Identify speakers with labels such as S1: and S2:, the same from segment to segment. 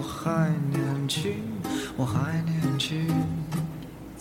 S1: 还年轻，我还年轻。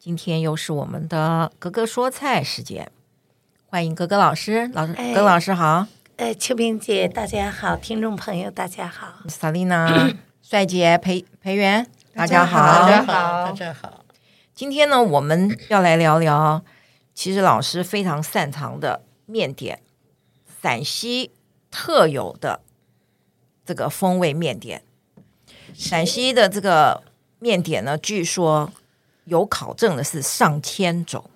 S2: 今天又是我们的格格说菜时间，欢迎格格老师，老师、
S3: 哎
S2: 格格老师好
S3: 呃，秋萍姐，大家好，听众朋友，大家好。
S2: 萨丽娜帅姐、裴裴元，大家好，
S3: 好
S4: 大家好。
S2: 今天呢，我们要来聊聊，其实老师非常擅长的面点，陕西特有的这个风味面点。陕西的这个面点呢，据说有考证的是上千种。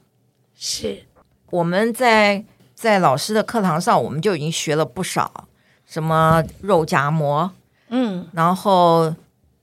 S3: 是
S2: 我们在在老师的课堂上，我们就已经学了不少，什么肉夹馍，
S3: 嗯，
S2: 然后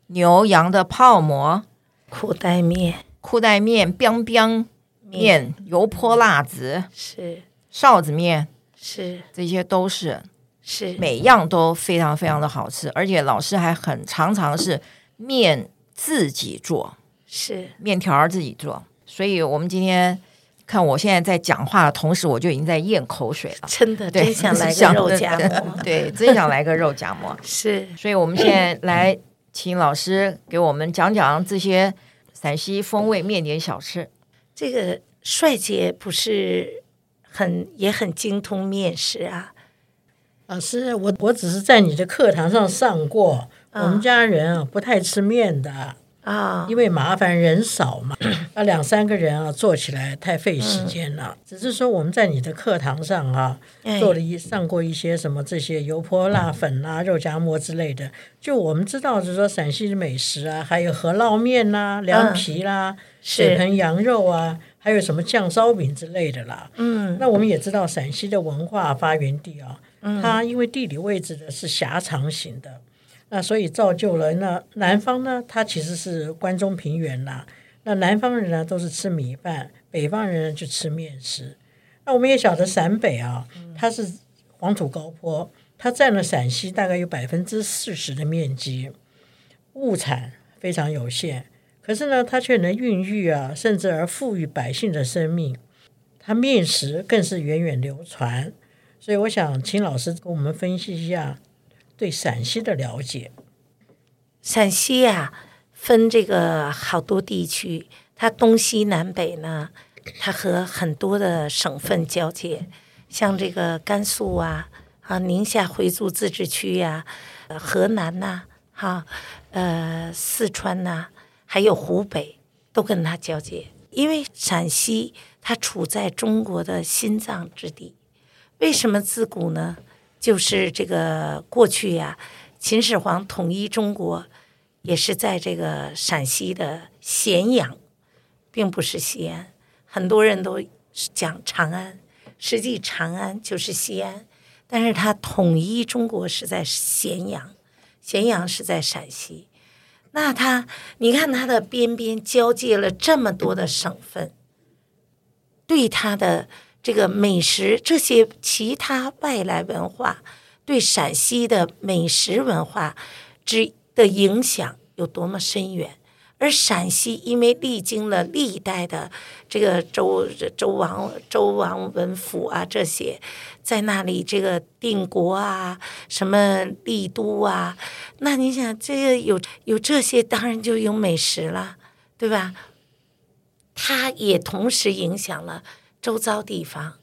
S2: 牛羊的泡馍、
S3: 苦带面
S2: 裤带面、biang biang 面、
S3: 嗯
S2: 油泼辣子、
S3: 是
S2: 臊子面，
S3: 是
S2: 这些都是
S3: 是
S2: 每样都非常非常的好吃，而且老师还很常常是面自己做，
S3: 是
S2: 面条儿自己做。所以我们今天看我现在在讲话的同时，我就已经在咽口水了。
S3: 真的，
S2: 对，。
S3: 真想来个肉夹馍
S2: 对，真想来个肉夹馍。
S3: 是
S2: 所以我们现在来请老师给我们讲讲这些陕西风味面点小吃。
S3: 这个帅姐不是很也很精通面食啊？
S4: 老师，我我只是在你的课堂上上过，我们家人啊不太吃面的，
S3: 啊、
S4: 因为麻烦人少嘛，啊两三个人啊做起来太费时间了。只是说我们在你的课堂上啊
S3: 哎
S4: 做了一上过一些什么这些油泼辣粉啊、肉夹馍之类的，就我们知道就是说陕西的美食啊，还有饸烙面啦、凉皮啦、水
S3: 是
S4: 盆羊肉啊，还有什么酱烧饼之类的啦。
S3: 嗯
S4: 那我们也知道陕西的文化发源地啊，它因为地理位置呢是狭长型的，那所以造就了那南方呢，它其实是关中平原啦、那南方人呢都是吃米饭，北方人呢就吃面食。那我们也晓得陕北啊，
S3: 嗯
S4: 它是黄土高坡，它占了陕西大概有百分之四十的面积，物产非常有限。可是呢，它却能孕育啊，甚至而富裕百姓的生命。它面食更是源远流传。所以我想请老师跟我们分析一下对陕西的了解。
S3: 陕西啊，分这个好多地区，它东西南北呢，它和很多的省份交界，像这个甘肃啊，啊宁夏回族自治区呀、呃河南呐、哈、呃四川呐、还有湖北都跟它交界，因为陕西它处在中国的心脏之地，为什么自古呢？就是这个过去呀、秦始皇统一中国，也是在这个陕西的咸阳，并不是西安。很多人都讲长安，实际长安就是西安，但是他统一中国是在咸阳，咸阳是在陕西。那他，你看他的边边交界了这么多的省份，对它的这个美食这些其他外来文化对陕西的美食文化之的影响有多么深远。而陕西因为历经了历代的这个周周王、周王文府啊这些，在那里这个定国啊、什么丽都啊，那你想这个有有这些，当然就有美食了，对吧？它也同时影响了周遭地方。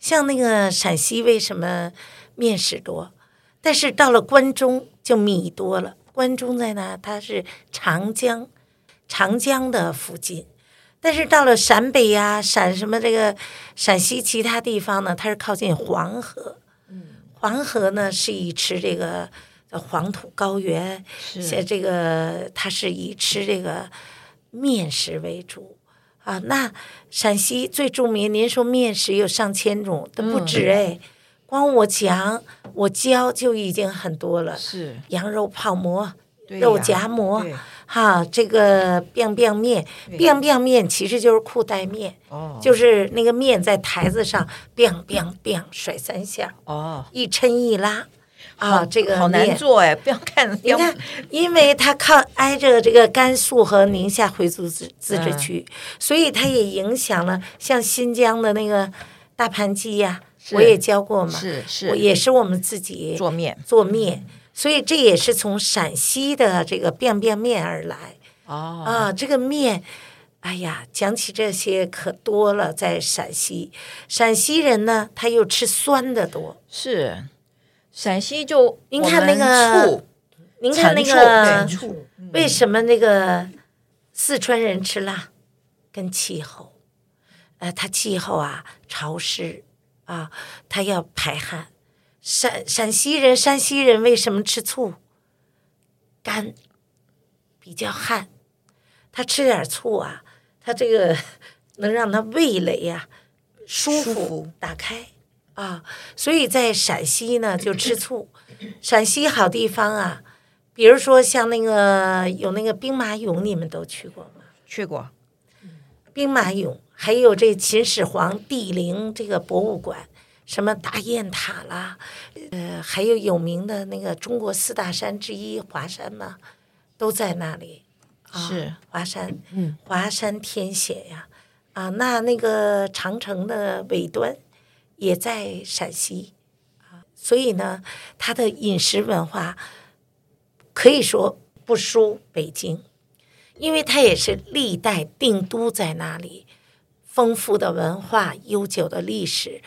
S3: 像那个陕西为什么面食多，但是到了关中就米多了。关中在哪？它是长江，长江的附近，但是到了陕北呀、陕什么这个陕西其他地方呢，它是靠近黄河。黄河呢是以吃这个呃黄土高原，
S2: 嗯
S3: 像这个它是以吃这个面食为主啊。那陕西最著名，您说面食有上千种，都
S2: 嗯
S3: 不止
S2: 啊
S3: 哎。光我讲我教就已经很多了，
S2: 是
S3: 羊肉泡馍、
S2: 对
S3: 肉
S2: 呀
S3: 夹馍
S2: 对，
S3: 哈，这个 biang biang 面，biang biang 面其实就是裤带面，
S2: 哦
S3: 就是那个面在台子上 biang biang biang 甩三下，
S2: 哦，
S3: 一抻一拉，啊，这个
S2: 好难
S3: 面。
S2: 做哎，不要看，
S3: 你看，因为它靠挨着这个甘肃和宁夏回族自自治区，
S2: 嗯
S3: 所以它也影响了像新疆的那个大盘鸡呀、
S2: 是
S3: 我也教过嘛，
S2: 是是
S3: 我也是我们自己
S2: 做面
S3: 做面，所以这也是从陕西的这个便便面而来
S2: 哦，
S3: 啊。这个面，哎呀，讲起这些可多了，在陕西，陕西人呢，他又吃酸的多。
S2: 是陕西就
S3: 您
S2: 我
S3: 看那
S2: 们
S3: 个
S2: 醋，
S3: 您看那
S2: 陈
S3: 个
S2: 醋对醋
S3: 为什么那个四川人吃辣，跟气候，呃，它气候啊潮湿啊，它要排汗。陕陕西人、山西人为什么吃醋？干，比较旱，他吃点醋啊，他这个 能让他味蕾呀、舒服打开啊。所以在陕西呢，就吃醋。陕西好地方啊，比如说像那个有那个兵马俑，你们都去过吗？
S2: 去过
S3: 兵马俑，还有这秦始皇帝陵这个博物馆，什么大雁塔啦，呃，还有有名的那个中国四大山之一华山嘛，都在那里。啊、
S2: 是
S3: 华山，嗯，华山天险呀、啊，那那个长城的尾端也在陕西，啊，所以呢，它的饮食文化可以说不输北京。因为它也是历代定都在那里，丰富的文化、悠久的历史，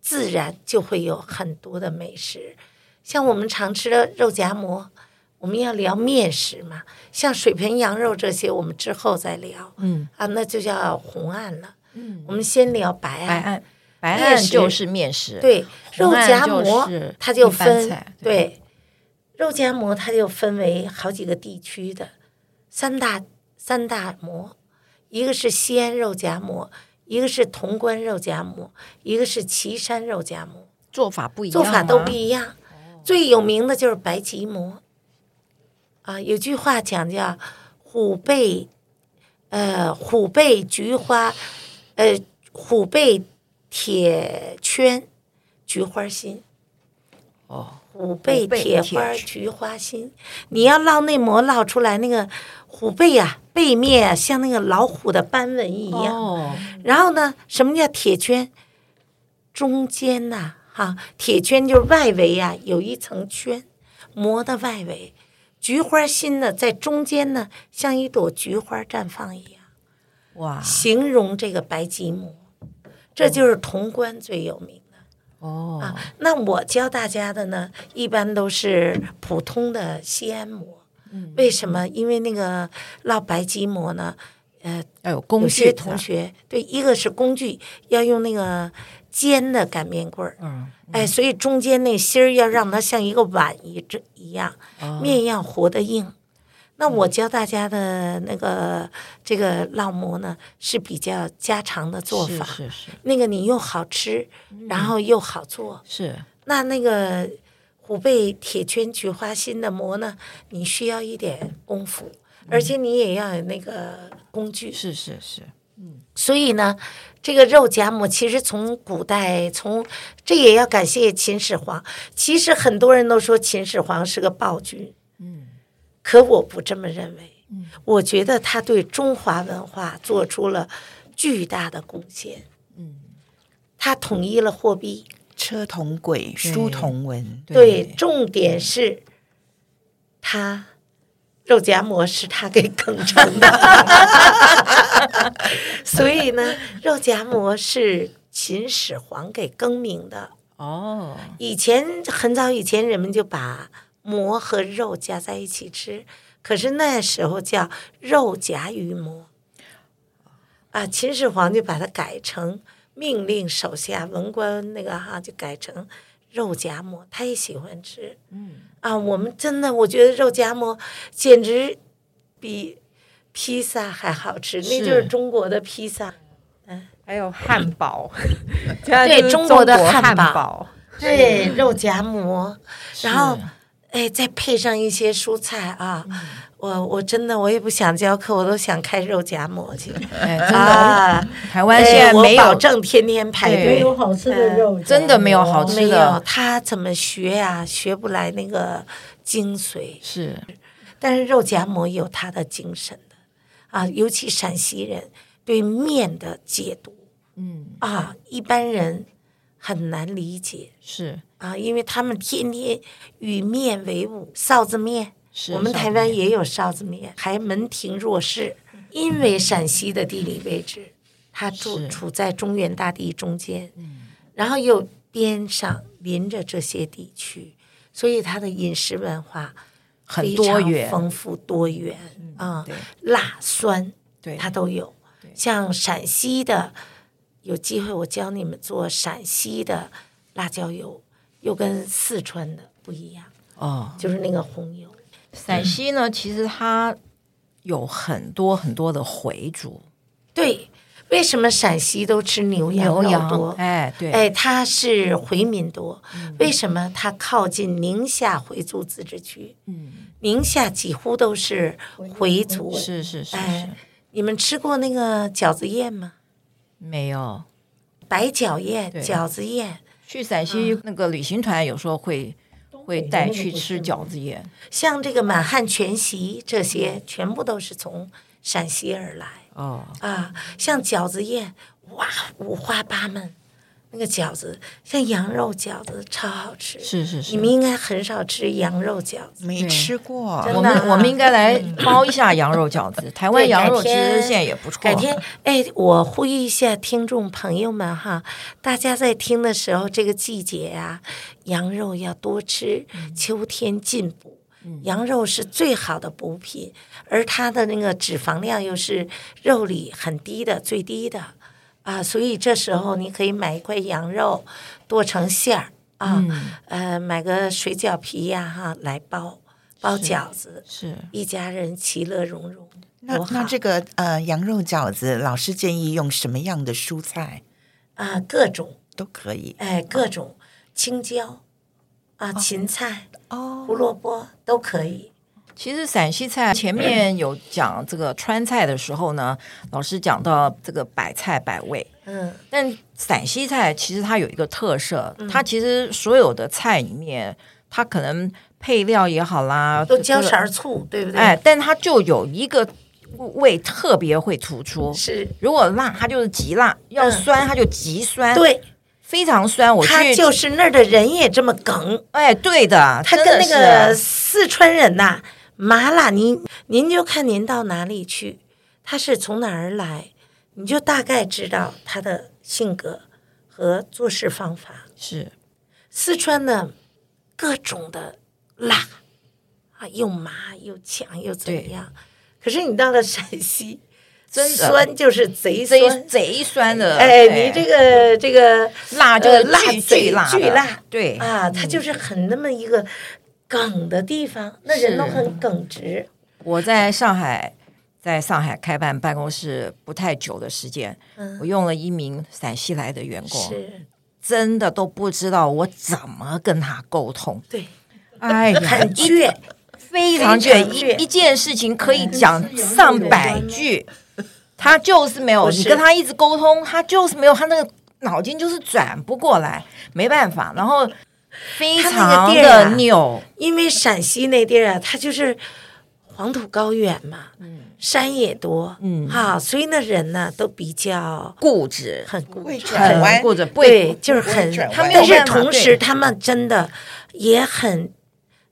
S3: 自然就会有很多的美食。像我们常吃的肉夹馍，我们要聊面食嘛，像水盆羊肉这些，我们之后再聊。嗯啊，那就叫红案了。嗯，我们先聊白案。
S2: 白案，白
S3: 面
S2: 案
S3: 食
S2: 就是面食，
S3: 对，肉
S2: 红案
S3: 夹
S2: 就
S3: 馍
S2: 是
S3: 它就
S2: 一般
S3: 分
S2: 菜对
S3: 对，肉夹馍它就分为好几个地区的三大三大馍，一个是西安肉夹馍，一个是潼关肉夹馍，一个是岐山肉夹馍，
S2: 做法不一样，
S3: 做法都不。一样。最有名的就是白吉馍，啊，有句话讲叫“虎背，呃，虎背菊花，呃，虎背铁圈，菊花心。”
S2: 哦，
S3: 虎背
S2: 虎背
S3: 铁
S2: 铁
S3: 花
S2: 圈
S3: 菊花心，你要烙那馍烙出来，那个虎背呀、背面啊，像那个老虎的斑纹一样。
S2: 哦，
S3: 然后呢，什么叫铁圈？中间呐、哈、铁圈就是外围呀、有一层圈，膜的外围。菊花心呢，在中间呢，像一朵菊花绽放一样，
S2: 哇，
S3: 形容这个白吉馍，这就是潼关最有名的。
S2: 哦，
S3: 啊，那我教大家的呢，一般都是普通的西安馍。为什么？因为那个烙白吉馍呢，呃，
S2: 要有哎工
S3: 有
S2: 具
S3: 些
S2: 的
S3: 同学对，一个是工具要用那个尖的擀面棍儿，
S2: 嗯，
S3: 哎，所以中间那芯儿要让它像一个碗一这一样，
S2: 哦
S3: 面要和得硬。那我
S2: 嗯
S3: 教大家的那个这个烙馍呢，是比较家常的做法，
S2: 是嗯是
S3: 那个你又好吃，然后又好做。
S2: 是
S3: 那那个虎背铁圈菊花心的膜呢，你需要一点功夫，
S2: 嗯
S3: 而且你也要有那个工具。
S2: 是是是，
S3: 所以呢，这个肉夹馍其实从古代，从这也要感谢秦始皇。其实很多人都说秦始皇是个暴君，嗯，可我不这么认为。我觉得他对中华文化做出了巨大的贡献。嗯，他统一了货币，
S5: 车同轨，书同文，
S3: 对，嗯重点是他肉夹馍是他给梗成的， 所以呢，肉夹馍是秦始皇给更名的。
S2: 哦，
S3: 以前很早以前，人们就把馍和肉夹在一起吃，可是那时候叫肉夹鱼馍。啊，秦始皇就把它改成命令手下文官那个哈、就改成肉夹馍，他也喜欢吃。嗯，啊，我们真的我觉得肉夹馍简直比披萨还好吃，那就是中国的披萨。
S6: 还有汉 堡，现在就是
S3: 对中
S6: 中
S3: 国的
S6: 汉
S3: 汉堡
S6: 堡，
S3: 对，
S2: 嗯
S3: 肉夹馍，然后哎，再配上一些蔬菜啊。
S2: 嗯
S3: 我我真的我也不想教课，我都想开肉夹馍去
S2: 哎，真的，
S3: 啊！
S2: 台湾现在
S3: 我
S2: 没
S3: 保
S2: 有，
S3: 证天天排
S2: 对
S4: 没
S3: 队，
S4: 有好吃的肉，
S2: 真的没有好吃
S3: 没
S2: 的
S3: 有他怎么学呀、学不来那个精髓。
S2: 是
S3: 但是肉夹馍有他的精神的啊，尤其陕西人对面的解读，嗯啊，一般人很难理解
S2: 是
S3: 啊，因为他们天天与面为伍，臊子面。
S2: 是，
S3: 我们台
S2: 上
S3: 湾
S2: 面
S3: 也有臊子面，还门庭若市，因为陕西的地理位置，它处
S2: 是嗯
S3: 处在中原大地中间，然后又边上临着这些地区，所以它的饮食文化
S2: 很
S3: 非
S2: 多
S3: 常
S2: 元，嗯
S3: 丰富多元啊、
S2: 对
S3: 辣酸
S2: 对，
S3: 它都有。像陕西的，有机会我教你们做陕西的辣椒油，又跟四川的不一样，
S2: 哦，
S3: 就是那个红油。
S2: 陕西呢，其实它有很多很多的回族
S3: 对，为什么陕西都吃牛羊
S2: 牛
S3: 肉
S2: 羊
S3: 多，？
S2: 哎，对，嗯
S3: 哎，它是回民多，为什么它靠近宁夏回族自治区？
S2: 嗯，
S3: 宁夏几乎都是回族。
S2: 是是是是
S3: 哎，你们吃过那个饺子宴吗？
S2: 没有。
S3: 白饺宴、
S2: 对
S3: 饺子宴，
S2: 去陕西
S3: 嗯
S2: 那个旅行团有时候会会带去吃饺子宴，
S3: 像这个满汉全席这些，全部都是从陕西而来
S2: 哦，
S3: 啊。像饺子宴，哇，五花八门，那个饺子像羊肉饺子超好吃。
S2: 是是
S3: 你
S2: 是
S3: 们。应该很少吃羊肉饺子，
S5: 没
S2: 对
S5: 吃过，
S3: 真
S2: 我
S3: 的
S2: 们
S3: 啊
S2: 我们应该来包一下羊肉饺子，台湾
S3: 对
S2: 羊
S3: 改
S2: 肉其实
S3: 天
S2: 现在也不错。
S3: 改天，哎，我呼吁一下听众朋友们哈，大家在听的时候，这个季节啊，羊肉要多吃，
S5: 嗯
S3: 秋天进补。羊肉是最好的补品，而它的那个脂肪量又是肉里很低的，最低的啊，所以这时候你可以买一块羊肉剁成馅儿啊，
S5: 嗯
S3: 呃，买个水饺皮呀、哈来包包饺子，
S2: 是
S3: 一家人其乐融融。
S5: 那
S3: 多
S5: 那
S3: 好
S5: 这个呃羊肉饺子，老师建议用什么样的蔬菜
S3: 啊，各种
S5: 都可以
S3: 哎，
S2: 啊
S3: 各种青椒啊、芹菜、
S5: 哦
S3: 胡萝卜都可以。
S2: 其实陕西菜前面有讲这个川菜的时候呢，老师讲到这个百菜百味，
S3: 嗯，
S2: 但陕西菜其实它有一个特色，它其实所有的菜里面，它可能配料也好啦，
S3: 都浇
S2: 这个
S3: 勺醋，对不对？
S2: 哎，，但它就有一个味特别会突出。
S3: 是，
S2: 如果辣，它就是极辣；要
S3: 嗯
S2: 酸，它就极酸，，
S3: 对，
S2: 非常酸。哎我
S3: 他
S2: 去，
S3: 就是那儿的人也这么梗，
S2: 哎，对的，
S3: 他
S2: 真
S3: 跟
S2: 的
S3: 那
S2: 是啊
S3: 个四川人呐、麻辣，您您就看您到哪里去，他是从哪儿来，你就大概知道他的性格和做事方法。
S2: 是
S3: 四川的各种的辣啊，又麻又强又怎样？可是你到了陕西，
S2: 真 的
S3: 酸就是贼
S2: 贼
S3: 酸。
S2: 贼酸的。
S3: 哎，你这个这个
S2: 辣就是
S3: 呃辣
S2: 巨
S3: 嘴
S2: 巨辣的，
S3: 巨辣
S2: 对
S3: 啊，它就是很那么一个梗的地方，那人都很耿直。
S2: 我在上海，在上海开办办公室不太久的时间，我用了一名陕西来的员工，
S3: 嗯是，
S2: 真的都不知道我怎么跟他 沟通。
S3: 对，
S2: 哎呀，
S3: 很倔，
S2: 非常
S3: 非
S2: 倔，
S3: 常倔
S2: 一一件事情可以讲上百句，他就是没有。
S3: 不是
S2: 你跟他一直沟通，他就是没有，他那个脑筋就是转不过来，没办法。然后非
S3: 他那
S2: 常
S3: 个店啊
S2: 的拗，
S3: 因为陕西那地儿啊，它就是黄土高原嘛，山也多，
S2: 嗯
S3: 哈，所以那人呢都比较
S2: 固执，
S3: 很固
S5: 会
S3: 执
S5: 转
S3: 很
S5: 弯
S2: 固执，不
S3: 对，就是
S5: 不会
S3: 很
S5: 转弯
S2: 他没有
S3: 但是
S2: 办法
S3: 同
S2: 对
S3: 时，他们真的也很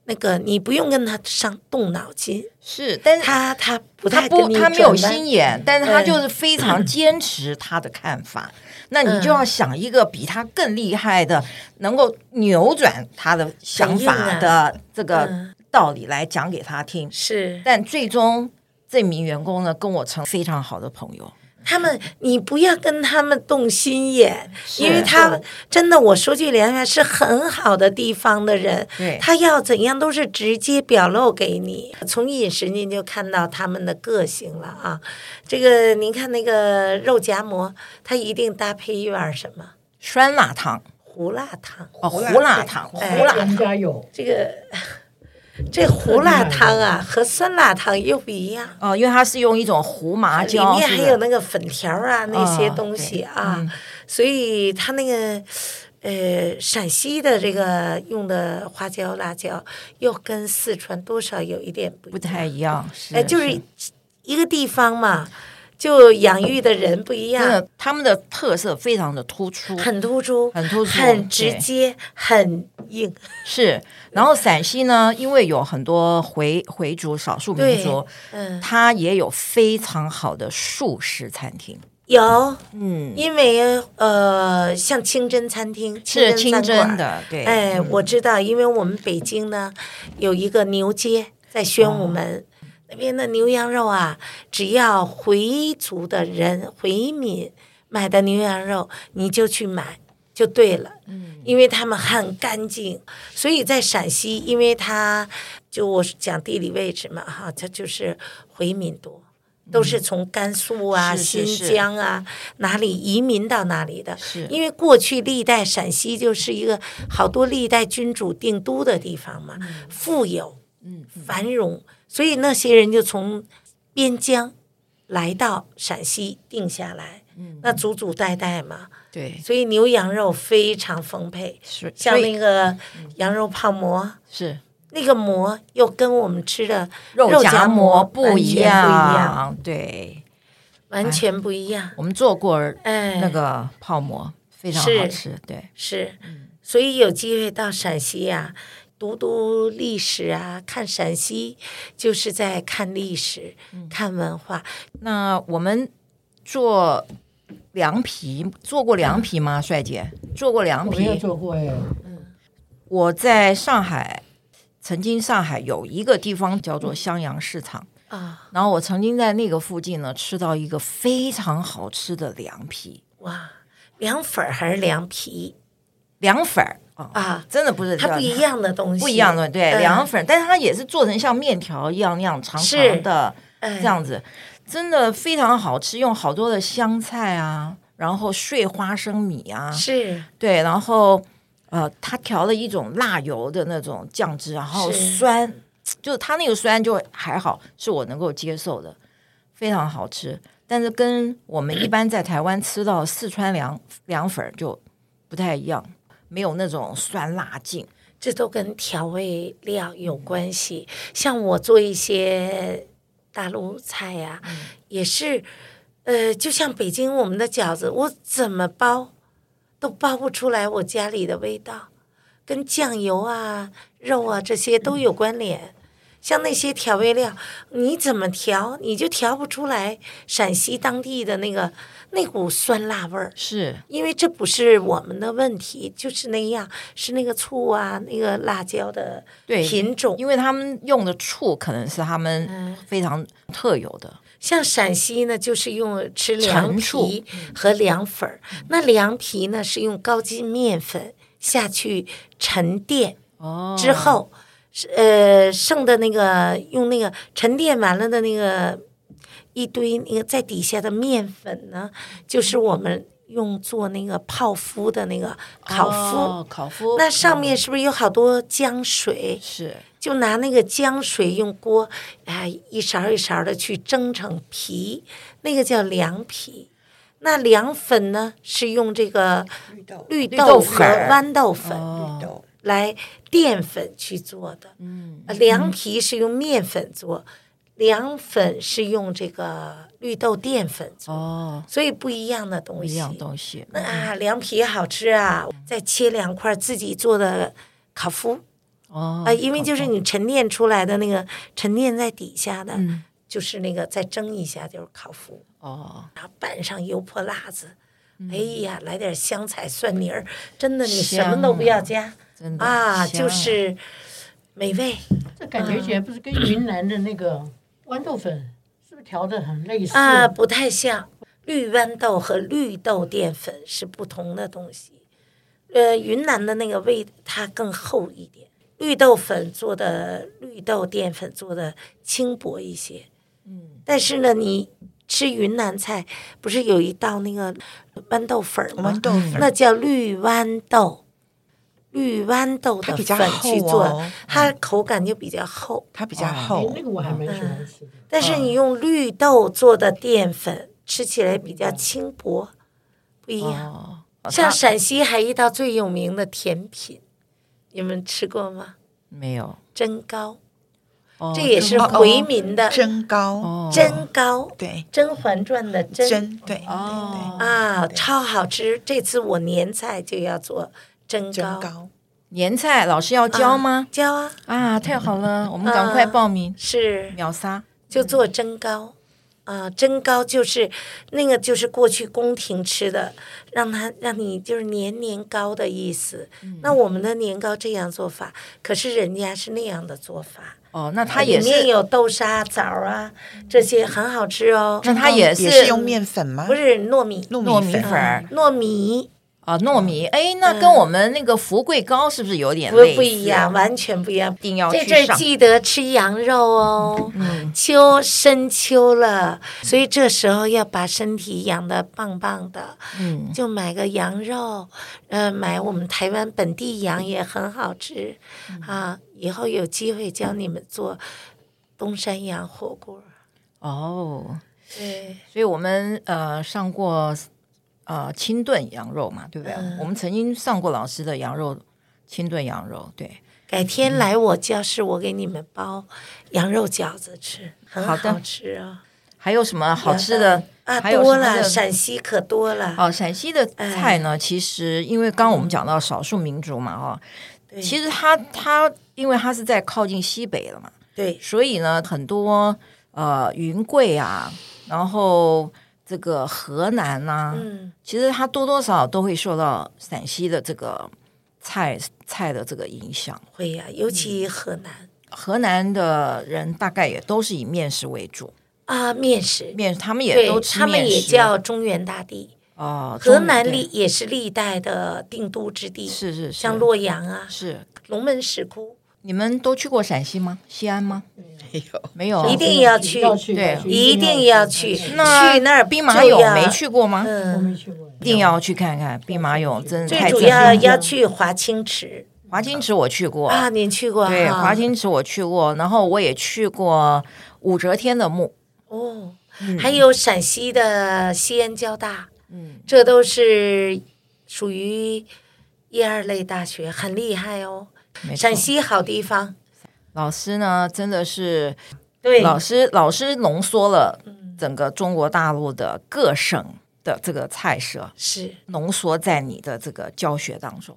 S3: 那个，你不用跟他上动脑筋，
S2: 是，但是
S3: 他他不
S2: 嗯他
S3: 太跟
S2: 不，
S3: 你
S2: 他没有
S3: 转弯
S2: 心眼，但是他
S3: 嗯
S2: 就是非常坚持他的看法。那你
S3: 嗯
S2: 就要想一个比他更厉害的，能够扭转他的想
S3: 很硬
S2: 法
S3: 啊
S2: 的这个
S3: 嗯
S2: 道理来讲给他听。
S3: 是
S2: 但最终，这名员工呢，跟我成非常好的朋友。
S3: 他们你不要跟他们动心眼，因为他真的，我说句良心，是很好的地方的人，
S2: 对
S3: 他要怎样都是直接表露给你。从饮食您就看到他们的个性了啊。这个您看那个肉夹馍，它一定搭配一碗什么
S2: 酸辣汤
S3: 胡辣汤。
S2: 哦，胡辣汤，
S3: 哎
S2: 胡辣
S4: 人家有
S3: 这个这胡辣汤啊和酸辣汤又不一样。
S2: 哦，因为它是用一种胡麻
S3: 里
S2: 椒，
S3: 面
S2: 是
S3: 还
S2: 不是
S3: 有那个粉条啊，那些
S2: 啊
S3: 东
S2: 对
S3: 西啊，所以它那个呃陕西的这个用的花椒辣椒，又跟四川多少有一点不
S2: 不
S3: 一
S2: 太
S3: 样，
S2: 一样，是
S3: 哎，就是一个地方嘛，就养育的人不一
S2: 真
S3: 样，
S2: 的，他们的特色非常的突出，
S3: 很突出，
S2: 很突出
S3: 很直
S2: 对
S3: 接，很硬，
S2: 是。然后陕西呢，因为有很多回回族少数民族，
S3: 嗯，
S2: 它也有非常好的素食餐厅，
S3: 有，
S2: 嗯，
S3: 因为呃，像清真餐厅，
S2: 是
S3: 清
S2: 清
S3: 餐馆
S2: 真的，对，嗯
S3: 哎，我知道，因为我们北京呢有一个牛街在宣武
S2: 哦
S3: 门、那边的牛羊肉啊，只要回族的人回民买的牛羊肉，你就去买就对了。嗯，因为他们很干净，所以在陕西，因为它就我是讲地理位置嘛，哈，它就是回民多。都是从甘肃啊、
S2: 嗯是是是
S3: 新疆啊哪里移民到哪里的，
S2: 是
S3: 因为过去历代陕西就是一个好多历代君主定都的地方嘛，富有，嗯，繁荣，所以那些人就从边疆来到陕西定下来，嗯，那祖祖代代嘛，
S2: 对，
S3: 所以牛羊肉非常丰沛，
S2: 是
S3: 像
S2: 所以
S3: 那个羊肉泡馍，
S2: 是
S3: 那个馍又跟我们吃的
S2: 肉
S3: 夹
S2: 夹馍不
S3: 完
S2: 一
S3: 全不一样，
S2: 样，对，
S3: 完全不一样，
S2: 我们做过
S3: 哎，
S2: 哎那个泡馍，非常
S3: 是
S2: 好吃，对，
S3: 是，
S2: 嗯
S3: 所以有机会到陕西呀、读读历史啊，看陕西就是在看历史、
S2: 嗯
S3: 看文化。
S2: 那我们做凉皮，做过凉皮吗，帅姐？做过凉
S4: 我没有
S2: 皮。
S4: 做过哎，
S2: 我在上海，曾经上海有一个地方叫做襄阳市场
S3: 啊。
S2: 然后我曾经在那个附近呢，吃到一个非常好吃的凉皮，
S3: 哇，凉粉儿还是凉皮
S2: 凉粉儿啊、
S3: 啊？
S2: 真的不是
S3: 它
S2: 叫
S3: 不一样的东西，
S2: 不一样的，对，
S3: 嗯
S2: 凉粉，但是它也是做成像面条一样那样长长
S3: 是
S2: 的
S3: 哎
S2: 这样子，真的非常好吃，用好多的香菜啊，然后碎花生米啊，
S3: 是
S2: 对，然后呃，它调了一种辣油的那种酱汁，然后
S3: 是
S2: 酸，就是它那个酸就还好，是我能够接受的，非常好吃。但是跟我们一般在台湾吃到四川凉凉粉儿就不太一样，没有那种酸辣劲。
S3: 这都跟调味料有关系。像我做一些大陆菜呀、也是，呃，就像北京我们的饺子，我怎么包都包不出来我家里的味道，跟酱油啊、肉啊这些都有关联。像那些调味料，你怎么调，你就调不出来陕西当地的那个那股酸辣味儿。
S2: 是
S3: 因为这不是我们的问题，就是那样，是那个醋啊，那个辣椒的
S2: 对
S3: 品种。嗯
S2: 因为他们用的醋可能是他们非常特有的，
S3: 像陕西呢，就是用吃凉
S2: 陈醋嗯
S3: 皮和凉粉儿。那凉皮呢，是用高筋面粉下去沉淀
S2: 哦
S3: 之后，是呃，剩的那个用那个沉淀完了的那个一堆那个在底下的面粉呢，就是我们用做那个泡芙的那个烤麸。
S2: 哦烤麸，
S3: 那上面是不是有好多浆水？
S2: 是
S3: 就拿那个浆水用锅，哎，一勺一勺的去蒸成皮，那个叫凉皮。那凉粉呢，是用这个
S6: 绿豆
S3: 绿
S2: 绿豆
S3: 豆和
S2: 粉儿
S3: 豌豆粉
S6: 绿
S2: 哦
S6: 豆
S3: 来淀粉去做的，
S2: 嗯
S3: 呃凉皮是用面粉做，凉粉是用这个绿豆淀粉做，
S2: 哦，
S3: 所以不一样的东
S2: 不
S3: 西。
S2: 一样东西，
S3: 那啊，凉皮好吃啊！再切两块自己做的烤麸
S2: 哦
S3: 啊、因为就是你沉淀出来的那个沉淀在底下的，
S2: 嗯
S3: 就是那个再蒸一下就是烤麸，
S2: 哦，嗯
S3: 然后拌上油泼辣子，哎呀，来点香菜蒜泥儿，真的你什
S2: 香
S3: 么都不要加
S2: 真的
S3: 啊，
S2: 香
S3: 就
S2: 啊
S3: 是美味。
S4: 这感觉起来不是跟云南的那个豌豆粉是不是调的很类似
S3: 呃
S4: 哎
S3: 啊，不太像。绿豌豆和绿豆淀粉是不同的东西。呃，云南的那个味它更厚一点，绿豆粉做的绿豆淀粉做的轻薄一些。嗯，但是呢，你吃云南菜不是有一道那个豌豆粉儿吗？
S5: 豌豆粉
S3: 那叫绿豌豆，绿豌豆
S5: 它
S3: 的
S5: 比较
S3: 粉去
S5: 厚
S3: 做，
S5: 哦，
S3: 它口感就比较厚。
S5: 它比较
S4: 哎
S5: 厚
S4: 那，个我还蛮喜欢吃的。
S3: 但是你用绿豆做的淀粉，吃起来比较轻薄，不一样。
S2: 哦，
S3: 像
S2: 它
S3: 陕西还一道最有名的甜品，你们吃过吗？
S2: 没有，
S3: 蒸糕，
S2: 哦
S3: 这也是
S5: 哦哦
S3: 回民的
S5: 蒸糕，
S2: 哦，
S3: 蒸糕，
S5: 对，
S3: 《甄嬛传》的
S5: 蒸对，
S2: 哦，
S3: 啊，超好吃！这次我年菜就要做蒸
S5: 对对蒸
S3: 糕，
S5: 糕，
S2: 年菜老师要教吗？
S3: 教啊，嗯
S2: 啊，太好了，我们赶快报名
S3: 是
S2: 秒杀。
S3: 就做
S2: 嗯
S3: 蒸糕。啊，蒸糕就是那个，就是过去宫廷吃的，让它让你就是年年糕的意思。
S2: 嗯
S3: 那我们的年糕这样做法，可是人家是那样的做法，
S2: 哦，那它也
S3: 啊里面
S2: 是，
S3: 有豆沙、枣啊这些，很好吃哦。
S2: 那它也
S5: 也是用面粉吗？
S3: 不是糯米，
S2: 糯
S5: 糯
S2: 米
S5: 米粉啊
S2: 粉儿
S3: 糯米
S2: 啊，糯米，
S3: 嗯
S2: 哎，那跟我们那个富贵糕是不是有点
S3: 不
S2: 类似？
S3: 不一样，，完全不一样
S2: 一。定要
S3: 这
S2: 去
S3: 阵儿
S2: 上。嗯
S3: 记得吃羊肉哦，秋深秋了，所以这时候要把身体养得棒棒的，
S2: 嗯，
S3: 就买个羊肉，呃，买我们台湾本地羊也很好吃
S2: 嗯
S3: 啊。以后有机会教你们做东山羊火锅。
S2: 哦，
S3: 对，
S2: 所以我们呃上过呃清炖羊肉嘛，对不对？
S3: 嗯
S2: 我们曾经上过老师的羊肉清炖羊肉，对，
S3: 改天来我教室，我给你们包羊肉饺子吃，很
S2: 好的
S3: 好吃啊。
S2: 还有什么好吃的？
S3: 啊，
S2: 还有什
S3: 多
S2: 么
S3: 了，
S2: 的
S3: 陕西可多了。
S2: 哦，陕西的菜
S3: 哎
S2: 呢，其实因为刚刚我们讲到少数民族嘛，哈、
S3: 对
S2: 其实它它因为它是在靠近西北了嘛，
S3: 对，
S2: 所以呢，很多呃云贵啊，然后这个河南呐、
S3: 嗯，
S2: 其实它多多少少都会受到陕西的这个菜菜的这个影响。
S3: 会呀、尤其
S2: 嗯
S3: 河南
S2: 河南的人大概也都是以面食为主，
S3: 啊，面食，
S2: 面他们也
S3: 对
S2: 都，吃
S3: 他们
S2: 面
S3: 也
S2: 食。
S3: 叫中原大地，
S2: 哦，
S3: 河
S2: 中
S3: 南
S2: 对
S3: 历也是历代的定都之地，
S2: 是是是，
S3: 像洛阳啊、
S2: 是。
S3: 龙门石窟，
S2: 你们都去过陕西吗？西安吗？
S5: 没有，
S2: 没有，
S3: 一定要去
S4: 哦要去，
S2: 对
S4: 要去
S3: 一定要去。去
S2: 那
S3: 那儿
S2: 兵马
S3: 就
S2: 俑
S3: 要
S2: 没，去过吗？
S4: 我
S3: 啊嗯，
S4: 没去过。
S2: 一定要去看看兵马俑，真的
S3: 最
S2: 太
S3: 主
S2: 震
S3: 要
S2: 撼了。
S3: 啊要去华清池
S2: 华清池我去过，
S3: 啊，您去过
S2: 对，
S3: 哈
S2: 华清池我去过，然后我也去过武则天的墓，
S3: 哦，还有陕西的西安交大，
S2: 嗯，
S3: 这都是属于一二类大学，很厉害哦。
S2: 没错
S3: 陕西好地方，
S2: 老师呢，真的是
S3: 对，嗯
S2: 老师老师浓缩了整个中国大陆的各省的这个菜色，
S3: 是
S2: 浓缩在你的这个教学当中。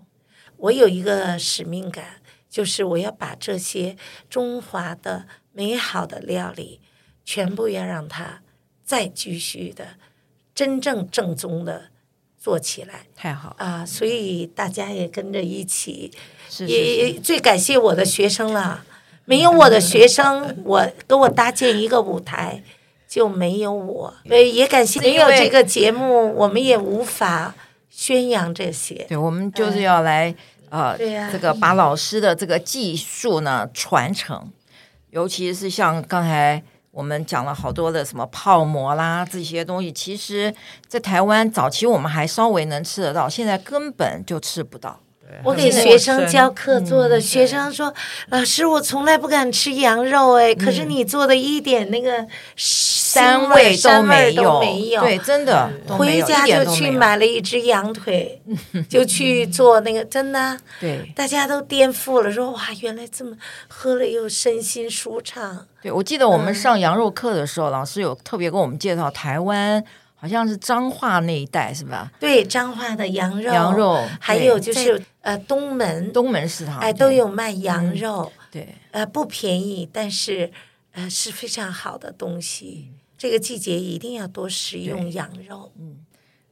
S3: 我有一个使命感，就是我要把这些中华的美好的料理，全部要让它再继续的真正正宗的做起来
S2: 太好，
S3: 啊、所以大家也跟着一起，
S2: 是
S3: 也
S2: 是
S3: 也最感谢我的学生了。没有我的学生，我给我搭建一个舞台，就没有我。
S2: 嗯
S3: 呃，也感谢没有这个节目，我们也无法宣扬这些
S2: 是，。对我们就是
S3: 哎
S2: 要来呃，
S3: 对呀
S2: 这个把老师的这个技术呢传承，尤其是像刚才。我们讲了好多的什么泡馍啦这些东西，其实，在台湾早期我们还稍微能吃得到，现在根本就吃不到。
S3: 我给学生教课
S2: 嗯
S3: 做的，学生说：“老师，我从来不敢吃羊肉，哎，可
S2: 嗯
S3: 是你做的一点那个
S2: 单
S3: 膻
S2: 位
S3: 膻
S2: 没
S3: 味
S2: 有，
S3: 都没有。嗯
S2: 对，真的，都没
S3: 回
S2: 有
S3: 家
S2: 一点
S3: 就
S2: 都
S3: 去
S2: 没有嗯
S3: 买了一只羊腿，就去做那个，真的，
S2: 对
S3: 大家都颠覆了，说哇，原来这么喝了又身心舒畅。
S2: 对，我记得我们上羊肉课的时候，老师有特别给我们介绍台湾，好像是彰化那一带是吧？
S3: 对，彰化的羊肉，
S2: 羊肉
S3: 还
S2: 对
S3: 有就是呃东门，
S2: 东门嗯食堂，
S3: 哎都有卖羊肉。
S2: 对。对
S3: 呃，不便宜，但是呃是非常好的东西。这个季节一定要多食用羊肉。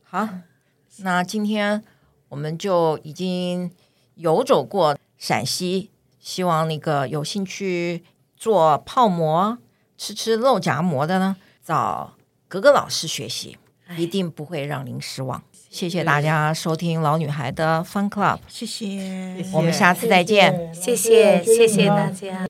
S2: 好，那今天我们就已经游走过陕西，希望那个有兴趣做泡馍、吃吃肉夹馍的呢，找格格老师学习。
S5: 哎
S2: 一定不会让您失望。谢谢大家收听老女孩的 Fun Club，
S5: 谢谢。
S2: 我们下次再见。
S3: 谢谢谢谢大家。